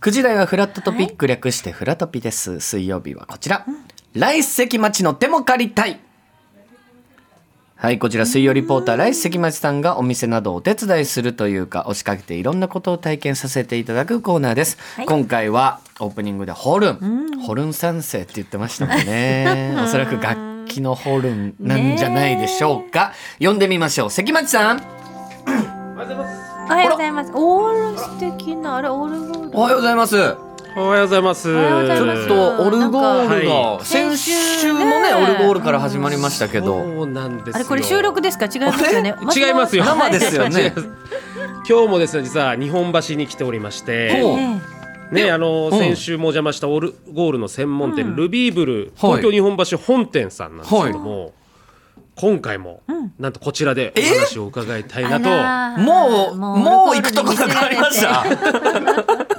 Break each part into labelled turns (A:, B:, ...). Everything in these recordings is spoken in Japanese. A: 9時台はフラットトピック略してフラトピです。水曜日はこちら。来席待ちの手も借りたい。はい、こちら水曜リポーター来関町さんがお店などをお手伝いするというか、押しかけていろんなことを体験させていただくコーナーです。
B: い
A: 今回はオープニングでホルン、ホルン先生って言ってましたもんね。おそらく楽器のホルンなんじゃないでしょうか。呼んでみましょう。関町さん。
B: おはようございます。オール素敵なあれオールゴール。
A: おはようございます。ち
C: おはようございま
B: お
C: す。
B: はようござい
A: ょ
B: ます
A: っとオルゴール
C: は
A: が、先週もね、オルゴールから始まりましたけど、
C: そうなんですよ。
B: あれこれ収録ですか違いますよね。
C: 違いますよ。
A: 生ですよね
C: 違います。今日もですね、実は日本橋に来ておりまし
A: ほ
C: て、
A: う
B: え
C: ね、あの、
A: うん
C: 先週もお邪魔したオルゴールの専門店、ルビーブル、
A: はい
C: 東京日本橋本店さんなんですけども、今回も、なんとこちらでお話を伺いたい
B: え
C: なと、
B: あらー
A: もう、
B: オル
A: も
B: ゴ
A: う
B: ー
A: 行
B: ル
A: くとこ
B: に
A: が変わりまし
B: 見せら
A: た
B: れて。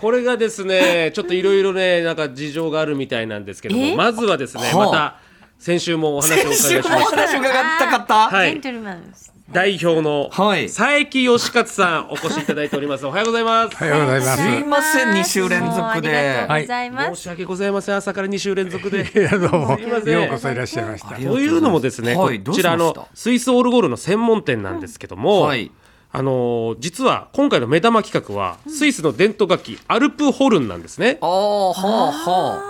C: これがですね、ちょっといろいろね、なんか事情があるみたいなんですけど
B: え
C: も、まずはですね、
A: はあ
C: また先週もお話をお伺いし
A: 先週も
C: ま
A: お
C: した。
A: 話伺った方。
C: はい
B: ジェントルマンです。
C: 代表の
A: はい
C: 佐伯義勝さんお越しいただいております。おはようございます。
D: おはようございます
A: いません二週連続で
B: もうありがとうございま
C: 申
B: す。
C: し訳ございません。朝から2週連続で。
D: いやどうも
C: すいません
D: ようこそいらっしゃいました。
C: というのもですね、
A: はい
C: こちらあ
A: どうしま
C: の
A: し
C: スイスオールゴールの専門店なんですけども、
A: はい
C: あのー実は今回の目玉企画は、スイスの伝統楽器アルプホルンなんですね。
A: ああ、はあ、は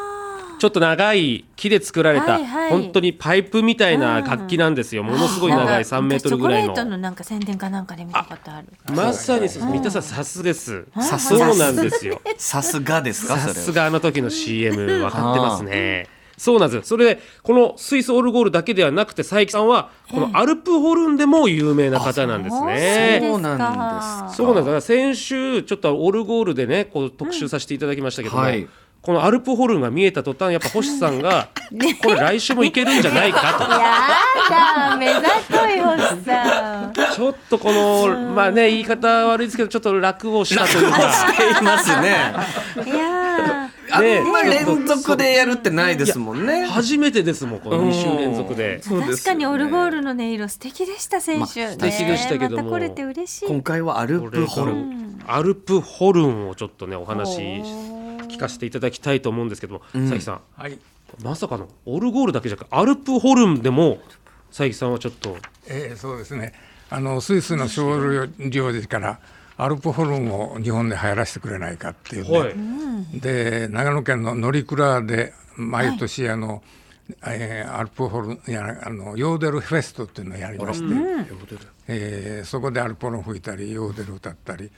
C: ちょっと長い木で作られた、
B: はいはい
C: 本当にパイプみたいな楽器なんですよ。ものすごい長い
B: なんか
C: 3メートルぐらい
B: チョコレートの
C: の。
B: なんか宣伝かなんかで見たことある。
C: まさにそう三田さんさすです。
A: さす
C: そうなんですよ。
A: あ。さすがですか、そ
C: さ
A: れ
C: す
A: は。
C: があの時の CM 分かってますね。そうなんですそれでこのスイスオルゴールだけではなくて佐伯さんはこのアルプホルンでも有名な方なんです
B: あ
C: ね。
A: そうなんですか。
C: そうなんです先週ちょっとオルゴールでねこう特集させていただきましたけども、
A: うんはい
C: このアルプホルンが見えた途端やっぱ星さ んがこれ来週もいけるんじゃないか
B: やだ目ざとい星さん。
C: とちょっとこのまあね言い方悪いですけどちょっと楽をしたというか。
A: していますね。
B: いや
A: あ
C: ね
A: んま連続でやるってないですもんね。
C: 初めてですもんこの2週連続で。
B: ー確かにオルゴールの音色素敵でした選手。
A: まあ素
C: 敵でしたけど
B: ね
C: も
B: また来れて嬉しい。
A: 今回はアルプホルン。
C: アルプホルンをちょっとねお話聞かせていただきたいと思うんですけども、佐伯さん
D: はい。
C: まさかのオルゴールだけじゃなくアルプホルンでも佐伯さんはちょっと
D: えー、そうですね。あのスイスの少領事からアルプホルンを日本で流行らせてくれないかっていうね、
C: はい
D: で長野県の乗鞍で毎年あの、えーアルプホルンいやあのヨーデルフェストっていうのをやりまして、えーそこでアルプホルン吹いたりヨーデル歌ったり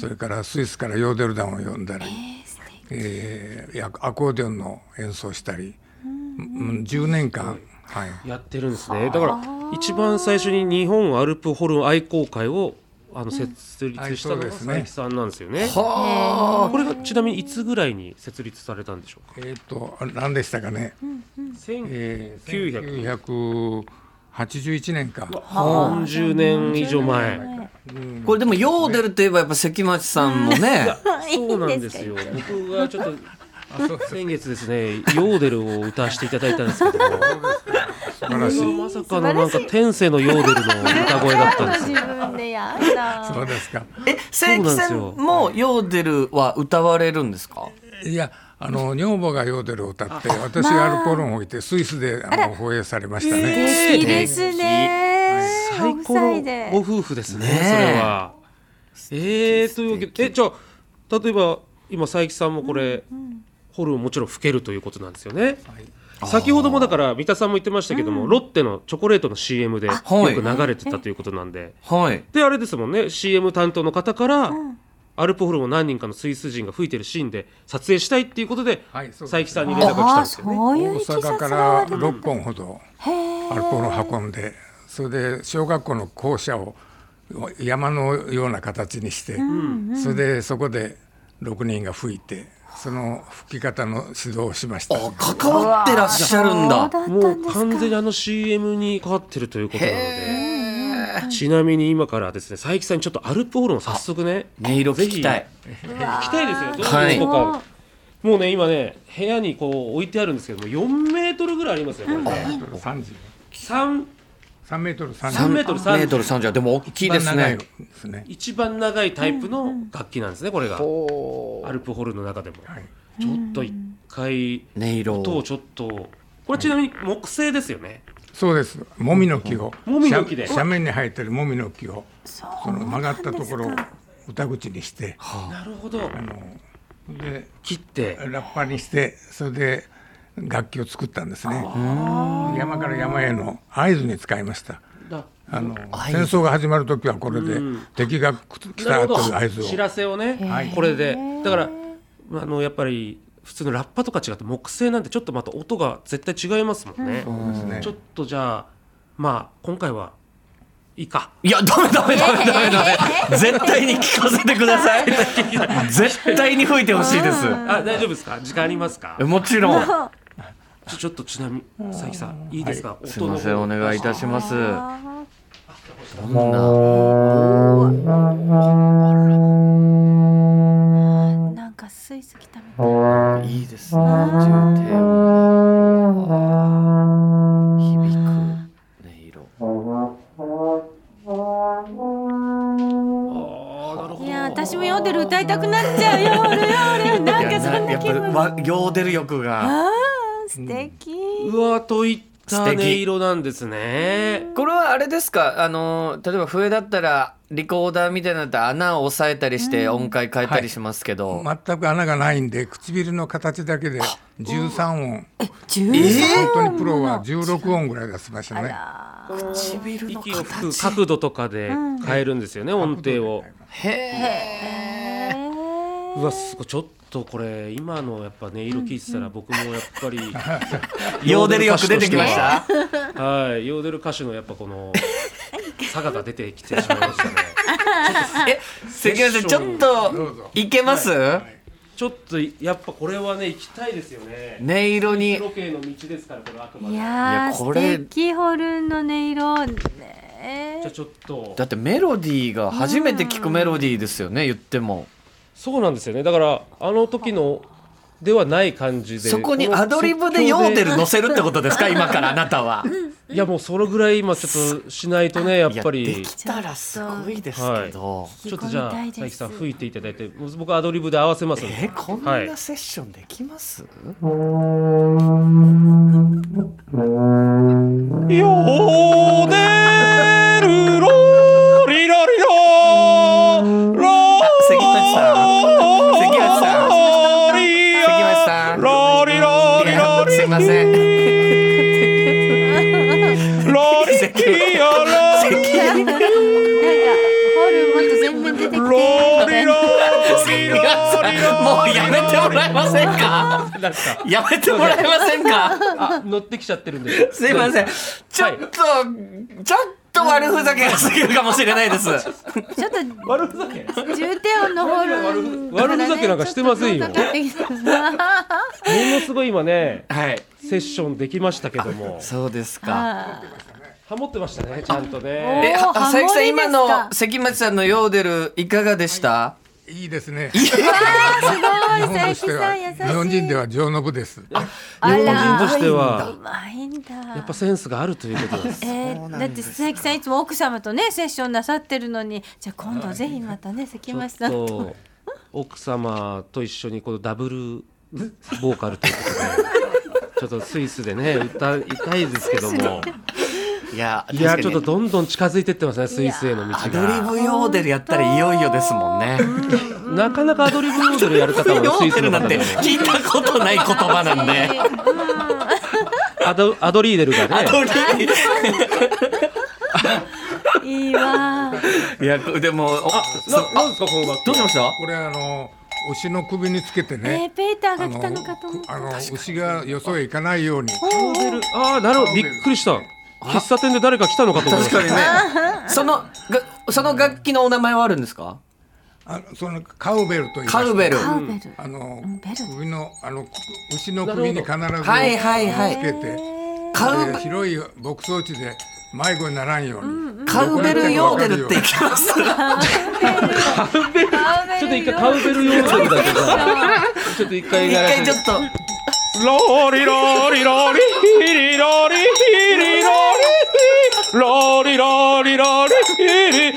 D: それからスイスからヨーデル団を呼んだり、えーいやアコーディオンの演奏したり、うん、10年間、はい、
C: やってるんですねだから一番最初に日本アルプホルン愛好会をあの設立したのが
D: はい
C: 佐
D: そうですね
C: 伯さんなんですよね。
A: はあ。
C: これがちなみにいつぐらいに設立されたんでしょうか。
D: えっ、とあ何でしたかね、え
C: 1940
D: ー、1981年か
C: 年以上前。
A: これでもヨーデルといえばやっぱ関町さんもね。
C: そうなんですよ。僕がちょっと先月ですね、ヨーデルを歌わせていただいたんですけども、
D: 素晴らしい
C: まさかのなんか天性のヨーデルの歌声だったんですよ。
B: 自分でや だ。
D: そうですか
A: え、正規さんもヨーデルは歌われるんですか
D: いやあ の女房がヨーデルを歌って私がアルコールンを置いてスイスであの放映されましたね、
B: 素敵ですね。
C: 最
B: 夫
C: 高
B: 妻
C: のご
B: で。
C: 夫婦ですね。
A: ねえ
C: それは。えー、というわけで、えじゃあ例えば今佐伯さんもこれ、ホルンもちろん吹けるということなんですよね。先ほどもだから三田さんも言ってましたけども、ロッテのチョコレートの CM でよ
A: はい
C: く流れてたということなんで。
A: はい。
C: であれですもんね CM 担当の方から、アルプホルンを何人かのスイス人が吹いてるシーンで撮影したいっていうことで、
D: はいそうです
C: 佐伯さんに連絡が来たんですよね。
B: そうい
D: 大
B: う経
D: 阪
B: 緯
D: か
B: があ
D: ら
B: る。
D: 6本ほどアルコールを運んでそれで小学校の校舎を山のような形にして、それでそこで6人が吹いてその吹き方の指導をしました
A: あ、関わってらっしゃるんだ。
B: そうだ
C: も
B: ったん
C: う
B: です
C: 完全にあの CM にかかってるということなのでちなみに今からですね佐伯さんにちょっとアルプホルンを早速ね
A: 音色聞きたい
C: ぜ。ひ聞きたいですよどう
A: はい
C: いうことか、もうね今ね部屋にこう置いてあるんですけども4メートルぐらいありますよこれね
D: 3時
C: 3
D: 3メートル30
C: 3メートル
A: 3メートル30でも大きいですね
D: ですね。
C: 一番長いタイプの楽器なんですね、これが。
A: おー
C: アルプホルンの中でも。
D: はい。
C: ちょっと一回、
A: 音色
C: 音をちょっと、これちなみに木製ですよね。
D: そうです。もみの木を。
C: もみの木で
D: 斜斜面に生えてるもみの木を。
B: そう
D: その曲がったところを
B: なんですか
D: 歌口にして。
C: なるほど。
D: あの。で、
C: 切って。
D: ラッパにして、それで。楽器を作ったんですね。山から山への合図に使いました。
C: だ
D: あの
A: 合図
D: 戦争が始まる時はこれで敵が来
C: な
D: た
C: る
D: と
C: ほ
D: いう合図
C: ど。
D: を
C: 知らせをね、
D: はい
C: これで。だから、あの、やっぱり、普通のラッパとか違って木製なんてちょっとまた音が絶対違いますもんね。
D: そうですね
C: ちょっとじゃあ、まあ、今回は、いいか。
A: いや、ダメダメダメダメダメ。絶対に聞かせてください。絶対に吹いてほしいです。
C: あ、大丈夫ですか時間ありますか
A: もちろん。
C: ちょちょっとちなみに、佐伯さん、いいですか
A: すいません、お願いいたします。
B: あ
A: どんな。
B: ーなんかスイス来たみたい
A: いいですね。重低音で。響く。音色。
B: いやー私も読んでる歌いたくなっちゃうよ俺よ俺なんかそん
A: や
B: な
A: っ
B: 気分
A: ぱ、わ、行出る欲が。
B: あー素敵、
C: うわといった
A: 素
C: 音
A: 敵
C: 色なんですね。
A: これはあれですかあの例えば笛だったらリコーダーみたいなのって穴を押さえたりして音階変えたりしますけど、
D: 全く穴がないんで唇の形だけで13音
B: 十
D: 本当にプロは16音ぐらい出しましたね
C: 息を吹く角度とかで変えるんですよね、音程を。
A: へえ
C: うわすごいちょっとこれ今のやっぱ音色聞いてたら僕もやっぱり
A: ヨーデル欲出てきました
C: はいヨーデル歌手のやっぱこの差が出てきてしまい ましたね。
A: え関根さんちょっといけます、
C: ちょっとやっぱこれはね行きたいですよね。
A: 音色に
C: ロケの道ですからこれあくま
B: い
C: で。じゃ
A: い
B: や
A: や
B: ー
A: こ
B: 素
A: れ
B: 敵ホルンの音色ね
C: あちょっと
A: だってメロディーが初めて聞くメロディーですよね言っても
C: そうなんですよねだからあの時のではない感じで
A: そこに
C: の
A: アドリブで
C: 即
A: ヨ
C: 興
A: ーデル乗せるってことですか今からあなたはい
C: やもうそれぐらい今ちょっとしないとねやっ
A: いや
C: ぱ
A: で
C: り
A: きたらすごいですけど、
C: ちょっとじゃあ
B: 聞き込みたいで
C: 佐
B: す
C: 伯さん吹いていただいて僕アドリブで合わせますんで
A: えこん
C: はい
A: なセッションできます、
C: よーでるろーりらりらーろ
A: 関
C: ー
A: 町さん関町さん
C: りら
A: 関町さん
C: ろりろりろり
A: すいません
C: ろりきよろり
B: なんかホルンもっと全面出てきて
C: ろりろりろりろ
A: もうやめてもらえませんか
C: なんすか
A: やめてもらえませんか
C: あ乗ってきちゃってるんです
A: いませんちょっと、ちょっと悪ふざけが過ぎるかもしれないです
B: ちょっと
C: 悪ふざけ
B: 重低音のホルンだからね
C: 悪ふざけなんかしてませんよ
B: ちょっと遠ざかってきた
C: ものすごい今ね
A: はい
C: セッションできましたけども
A: そうですか
B: あ
C: ハモってましたねちゃんと
B: お
A: え、
C: ね
B: ー
A: は佐伯さん
B: ハモリですか
A: 今の関町さんのヨーデルいかがでした
D: いいですね
B: ー
D: 日
B: すごい
D: 本と
B: 佐
D: して
B: 伯さ
D: は
B: ん優しい
D: 日本人では上の部です
B: あ
C: 日本
B: ら
C: 人としては
B: うまいんだ
C: やっぱセンスがあるということなんです
B: えーだって佐伯さんいつも奥様とねセッションなさってるのにじゃあ今度ぜひまたね関町さん
C: ちょっ
B: と
C: と奥様と一緒にこのダブルボーカルということでちょっとスイスでね歌いたいですけども
A: いや、
C: いや
A: 確か
C: ちょっ
A: に
C: とどんどん近づいてってますねスイスへの道
A: アドリ
C: が
A: ブヨーデルやったらいよいよですもんね
C: なかなかアドリブモードルやる方
A: ヨ
C: もスイ
A: ーデ
C: ス
A: ルな
C: の方
A: ん
C: で
A: て
C: も
A: 聞いたこと ない言葉なんで
C: アドアドリーデルが
A: ア
C: ね
A: ドリブ
B: いいわ
A: いや、でも、おあ、
C: ななんですかこの楽器
A: どうしました
D: これあの牛の首につけて
B: えー
D: ね
B: ペーター
D: あ
B: が
D: の
B: 来たのかと思っ
D: あの牛がよそへ行かないように
C: ああなるほどびっくりした喫茶店で誰か来たのかと思いま
A: 確
C: した
A: かにね。その、がその楽器のお名前はあるんですか
D: あのそのカウベルと言いま
A: カ
D: す
A: ウベル。
B: カウベル
D: あの
B: ベル
D: 首のあの牛の首に必ず
A: はいはいはい
D: つけて
A: カ
D: で
A: ウ、
D: 広い牧草地で迷子にならんように、
A: カウベルヨーデルっていきます。
B: カウベル
C: ちょっと一回カウベル用ーだけどちょっと一回
A: 一
C: やらせ
A: 回
C: て
A: ちょっと、
C: ローリローリローリヒリローリヒリローリロリロリロリヒリロリヒリ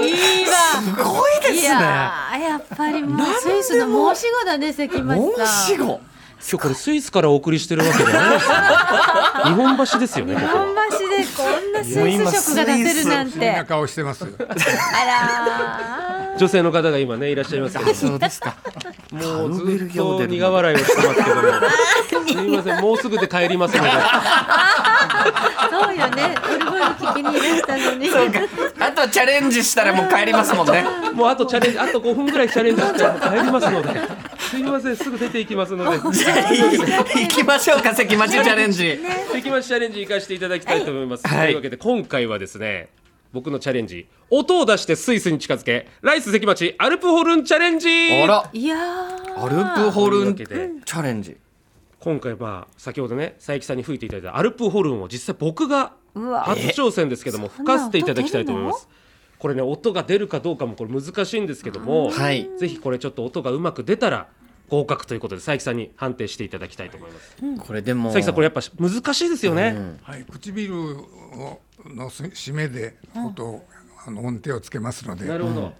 B: いいわ
A: すごいです
B: い
A: ね
B: やーやっぱりもうスイスの申し子だね関町さん
A: 申し子
C: 今日これスイスからお送りしてるわけじゃないですよ日本橋ですよねここ
B: 本橋でこんなスイス食が出せるなん
D: 不思議
B: て
D: な顔してますよ。
B: あ
C: 女性の方が今ねいらっしゃいますけど
A: そうですか
C: もう
A: カウベ
C: ず
A: ル
C: っ
A: ギョー
C: と
A: デル
C: 苦笑いをしてますけども すみませんもうすぐで帰りますので
B: らそうよねウルボイル聞きにいらしたのに
A: あとはチャレンジしたらもう帰りますもん ね
C: もうあとチャレンジあと5分ぐらいチャレンジしてもう帰りますのですみませんすぐ出ていきますので
A: じゃあい行きましょうか関町チャレンジ
C: 関町チャレンジ行かせていただきたいと思います、
A: はい
C: というわけで今回はですね僕のチャレンジ音を出してスイスに近づけライス関町アルプホルンチャレンジ
A: あら
B: いやー
A: アルプホルン
C: と
A: チ
C: いうわけで
A: ャレンジ
C: 今回まあ先ほどね佐伯さんに吹いていただいたアルプホルンを実際僕が
B: うわ
C: 初挑戦ですけども
B: えそ
C: 吹
B: んな
C: かせていただきたいと思いま
B: 音
C: すこれね音が出るかどうかもこれ難しいんですけども、
A: はい
C: ぜひこれちょっと音がうまく出たら合格ということで佐伯さんに判定していただきたいと思います
A: これでも
C: 佐伯さんこれやっぱ難しいですよね、
D: はい、唇をのす締めで音を、あの音程をつけますので。
C: なるほど、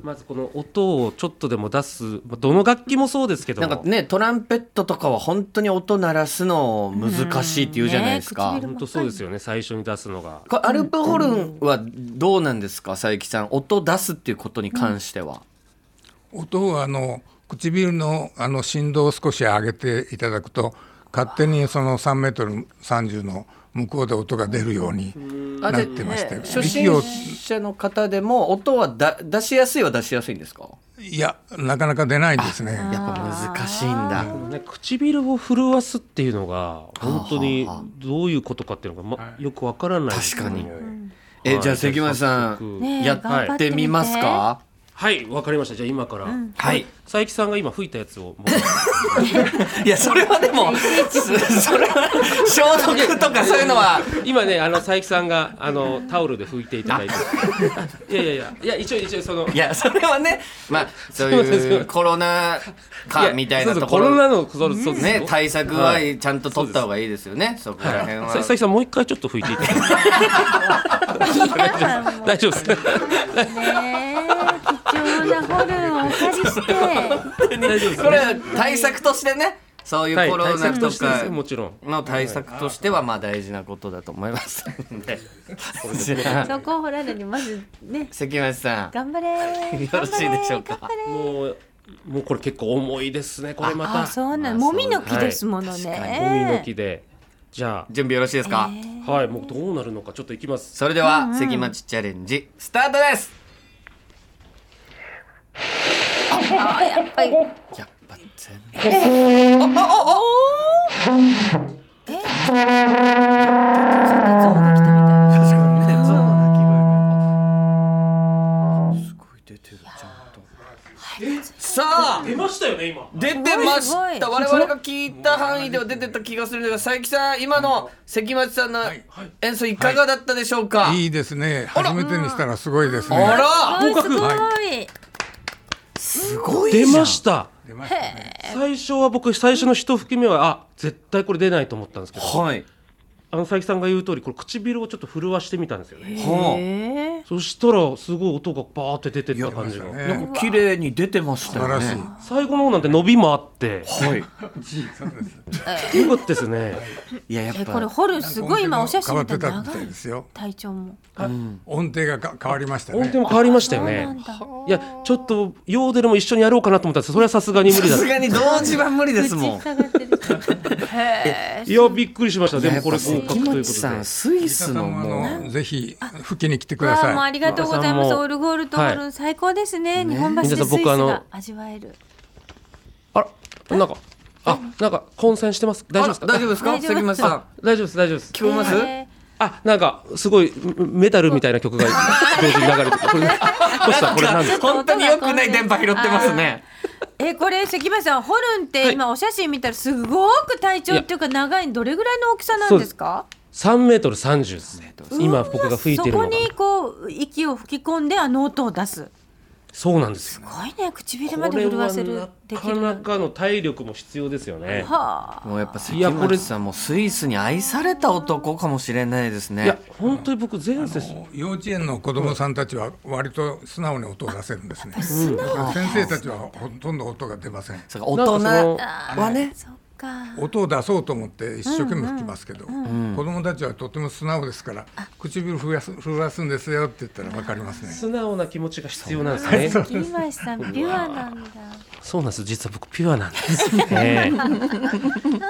C: まずこの音をちょっとでも出すまあどの楽器もそうですけど
A: な
C: も
A: んかねトランペットとかは本当に音鳴らすの難しいって言うじゃないですか、
B: うんね
C: 本当そうですよね最初に出すのが
A: これアルプホルンはどうなんですか佐伯さん音出すっていうことに関しては、
D: 音をあの唇のあの振動を少し上げていただくと勝手にその3メートル30の向こうで音が出るように
A: あ
D: なってましたよ。
A: 初
D: 息を
A: 心者の方でも音はだ出しやすいは出しやすいんですか
D: いやなかなか出ないですね。
A: やっぱ難しいんだ
C: このね唇を震わすっていうのが本当に
A: はあはあ
C: どういうことかっていうのが、ま、よくわからないですけども
A: 確かえじゃあ関町さん、
B: ねえ
A: やってみますか
C: はいわかりましたじゃあ今から、
A: はい
C: 佐伯さんが今吹いたやつをもう
A: いやそれはで もそれは消毒とかそういうのは
C: 今ねあの佐伯さんがあのタオルで拭いていただ いていやいやいやいや一応一応その
A: いやそれはねまあそう
C: そうです
A: い
C: よ
A: うコロナ
C: い
A: 禍
C: や
A: みたい
C: そ
A: な
C: うそう
A: とこ
C: コロ
A: ろ
C: ナのそうそうです
A: ね
C: よ
A: 対策はちゃんと取った方がいいですよねそこら辺は
C: 佐々木さんもう一回ちょっと拭いていた だいて大丈夫ですか
B: ね貴重なホルンをお借りして
C: 大丈夫です
A: これは対策としてねそういうコロ
C: 対
A: ナ
C: 策
A: と
C: としてです
A: か
C: よもちろん
A: の対策としてはまあ大事なことだと思います のでじゃあ
B: そこをほらなにまずね
A: 関町さん
B: 頑張れ
A: よろしいでしょうか
B: 頑張れ頑張れ
C: もうもうこれ結構重いですねこれまた
B: あそうなの
A: まあ
B: もみの木ですもの
A: はい
C: ゴミの
B: ね
C: 木でじゃ
A: 準備よろしいですか、
C: あはいもうどうなるのかちょっといきます
A: それでは関町チャレンジスタートです
B: あやっぱり
A: やっぱ全
B: ちょっとゾウが来たみたいな
A: 然ゾウの鳴き声がすごい出てるちゃんとさあ
C: 出ましたよね今
A: 出てまし
B: すごいす
A: た
B: ご
A: 我々が聞いた範囲では出てた気がするんですが佐伯さん今の関町さんの演奏いかがだったでしょうか、
D: いいですね。初めてにしたらすごいですね。
A: あら
B: すごいすごい、
A: すごい
C: 出ま
A: た
C: した
D: 出ましたね。
C: 最初は僕最初の一吹き目はあ絶対これ出ないと思ったんですけど
A: はい
C: あの佐伯さんが言う通りこれ唇をちょっと震わしてみたんですよね
A: は
B: え
C: そしたらすごい音がバーって出てった感じが
D: いや
A: あ、なんか綺麗に出てました
D: 素晴
A: よ
D: ら
A: ね
D: しい。
C: 最後の方なんて伸びもあって
A: はい
C: よかったですね
A: いややっ
B: ー、これ
A: ぱ
B: ホルンすごい今お写真
D: 変わ
B: 見
D: ったて
B: ら
D: たみた
B: 長
D: い
B: い
D: ですよ。
B: 体調も
D: 音程がか変わりました
C: 音
D: ね
C: 程。も変わりましたよ
B: そうなん
C: ね
B: だ
C: いやちょっとヨーデルも一緒にやろうかなと思ったんですけどそれはさすがに無理だ
A: さ
C: っ
A: すがに同時は無理ですもん
B: 口塞がってる へ
C: たいやびっくりしましたでもこれ合
A: 関
C: 格ということで
A: 町さんスイス
D: 皆さ
A: の
D: んも
A: もう
D: あのぜひ吹きに来てく
B: ー
D: だ
B: わあもう
D: さ
B: あ
D: い。
B: りがとうございま
C: 皆
B: す
C: さんも
B: オルゴールとホル
C: は
B: ン最高ですね、日本橋でスイ
C: 皆さん
B: ス
C: 僕あの
B: が味わえる
C: あらなんかあなんか混戦してます大丈夫ですか
A: あ大丈夫ですか
B: 大丈夫
A: 関町さん
C: 大丈夫です大丈夫です
A: 聞こえます、
B: え
C: あなんかすごいメタルみたい な曲が同時に流れてるこれ星さんこれ何ですか
A: 本当に良くない電波拾ってますね
B: ーえーこれ関町さんホルンって今お写真見たらすごく体調っていうか長いどれぐらいの大きさなんですか
C: 3メートル30です今僕が吹いてるの
B: そ
C: が
B: こにこう息を吹き込んであの音を出す
C: そうなんですよ
B: すごいね唇ま
C: こ
B: で
C: れ
B: 震わ
C: は
B: せるで
C: な
B: き
C: か
B: る
C: な
B: は
C: かの体力も必要ですよね。
B: あ
A: もうやっぱ関
C: いやこれ
A: 町さんもスイスに愛された男かもしれないですね
C: いや本当に僕前世
D: 幼稚園の子供さんたちは割と素直に音を出せるんですね。だから先生たちはほとんど音が出ません。
A: そうか大
C: なんかその
A: 人はね
B: そっか
D: 音を出そうと思って一生懸命吹きますけど、子供たちはとても素直ですから、唇増やす震わすんですよって言ったらわかりますね。
C: 素直な気持ちが必要なんですね。
B: 木林さんピュアなんだ
C: そうなんです実は僕ピュアなんです よね。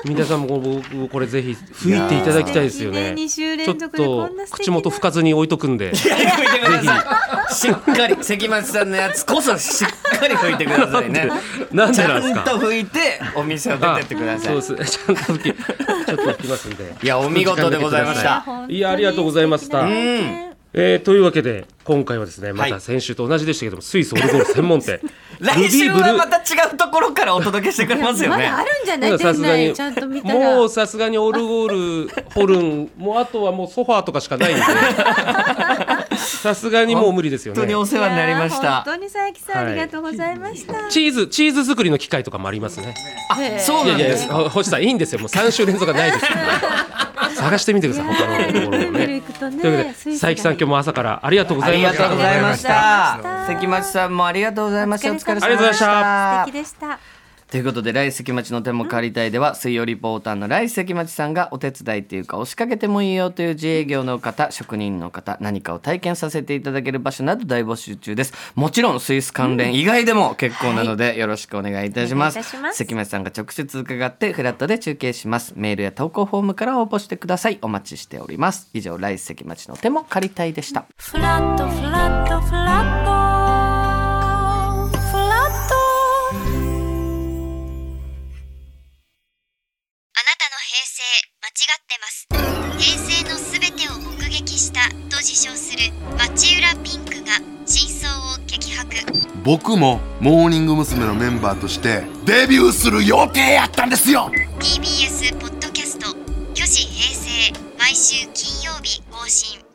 C: 皆さんもこう僕これぜひ吹いていただきたいですよ
B: いや
C: ね。
B: ー二週
C: ち
B: 連
C: ょっ
B: 続でことんな素敵な
C: 口元吹かずに置いとくんで。
A: しっかり関町さんのやつこそしっかり拭いてくださいね
C: なん
A: ち
C: で
A: ゃ
C: なんです
A: んと
C: か。
A: 拭いてお店を出てってください
C: あそうです。ちゃん と吹きちょっと吹きますんで。
A: いやお見事でございまし
B: いや
A: た
B: 本当に
C: いやありがとうございました
B: 素敵な体験
C: えーというわけで今回はですねま
A: は
C: た
A: い
C: 先週と同じでしたけども、スイスオルゴール専門店
A: 来週
C: ルビー
A: は
C: ブル
A: また違うところからお届けしてくれますよ
B: ま
A: ね
B: だあるんじゃな
C: も
B: いう
C: さ
B: 店
C: すが
B: 内
C: に
B: ちゃんと見たら
C: もうさすがにオルゴールホルンもうあとはもうソファーとかしかない んでさすがにもう無理ですよ
A: 本当に
C: ね
A: お世話になりまし
B: いやー
A: た
B: 本当に佐伯さんあ
C: はい
B: りがとうございました
C: チーズチーズ作りの機械とかもありますね
B: へー
A: そう
C: い
A: な
C: や
A: ん
C: いや
A: です
C: ほ星さんいいんですよもう3週連続がな いですから探してみてください他のところを
B: ぐるぐる
C: ね
B: 行くとね
C: というわけで
B: スイスが
C: 佐伯さん今日も朝からありがとうご
A: あ
C: ざい
A: り
C: ま
A: が
C: し
A: と
C: た
A: うございました
D: ありがとうござ
B: ました
D: い
A: 関町さんもありがとうございましたお疲れ様
C: ありがとう
A: で
C: ございま
A: し
C: した
A: た
B: 素敵でした
A: ということで来関町の手も借りたいでは水曜リポーターの来関町さんがお手伝いというか押しかけてもいいよという自営業の方職人の方何かを体験させていただける場所など大募集中ですもちろんスイス関連以外でも結構なのでよろしくお願いいたします,、
B: お願いいたします
A: 関町さんが直接伺ってフラットで中継しますメールや投稿フォームから応募してくださいお待ちしております以上来関町の手も借りたいでした
E: フラットフラットフラットフラット
F: あなたの平成間違ってます平成のすべてを目撃したと自称する町浦ピンクが真相を激白
G: 僕もモーニング娘。のメンバーとしてデビューする予定やったんですよ
F: TBS ポッドキャスト「巨子平成」毎週金曜日更新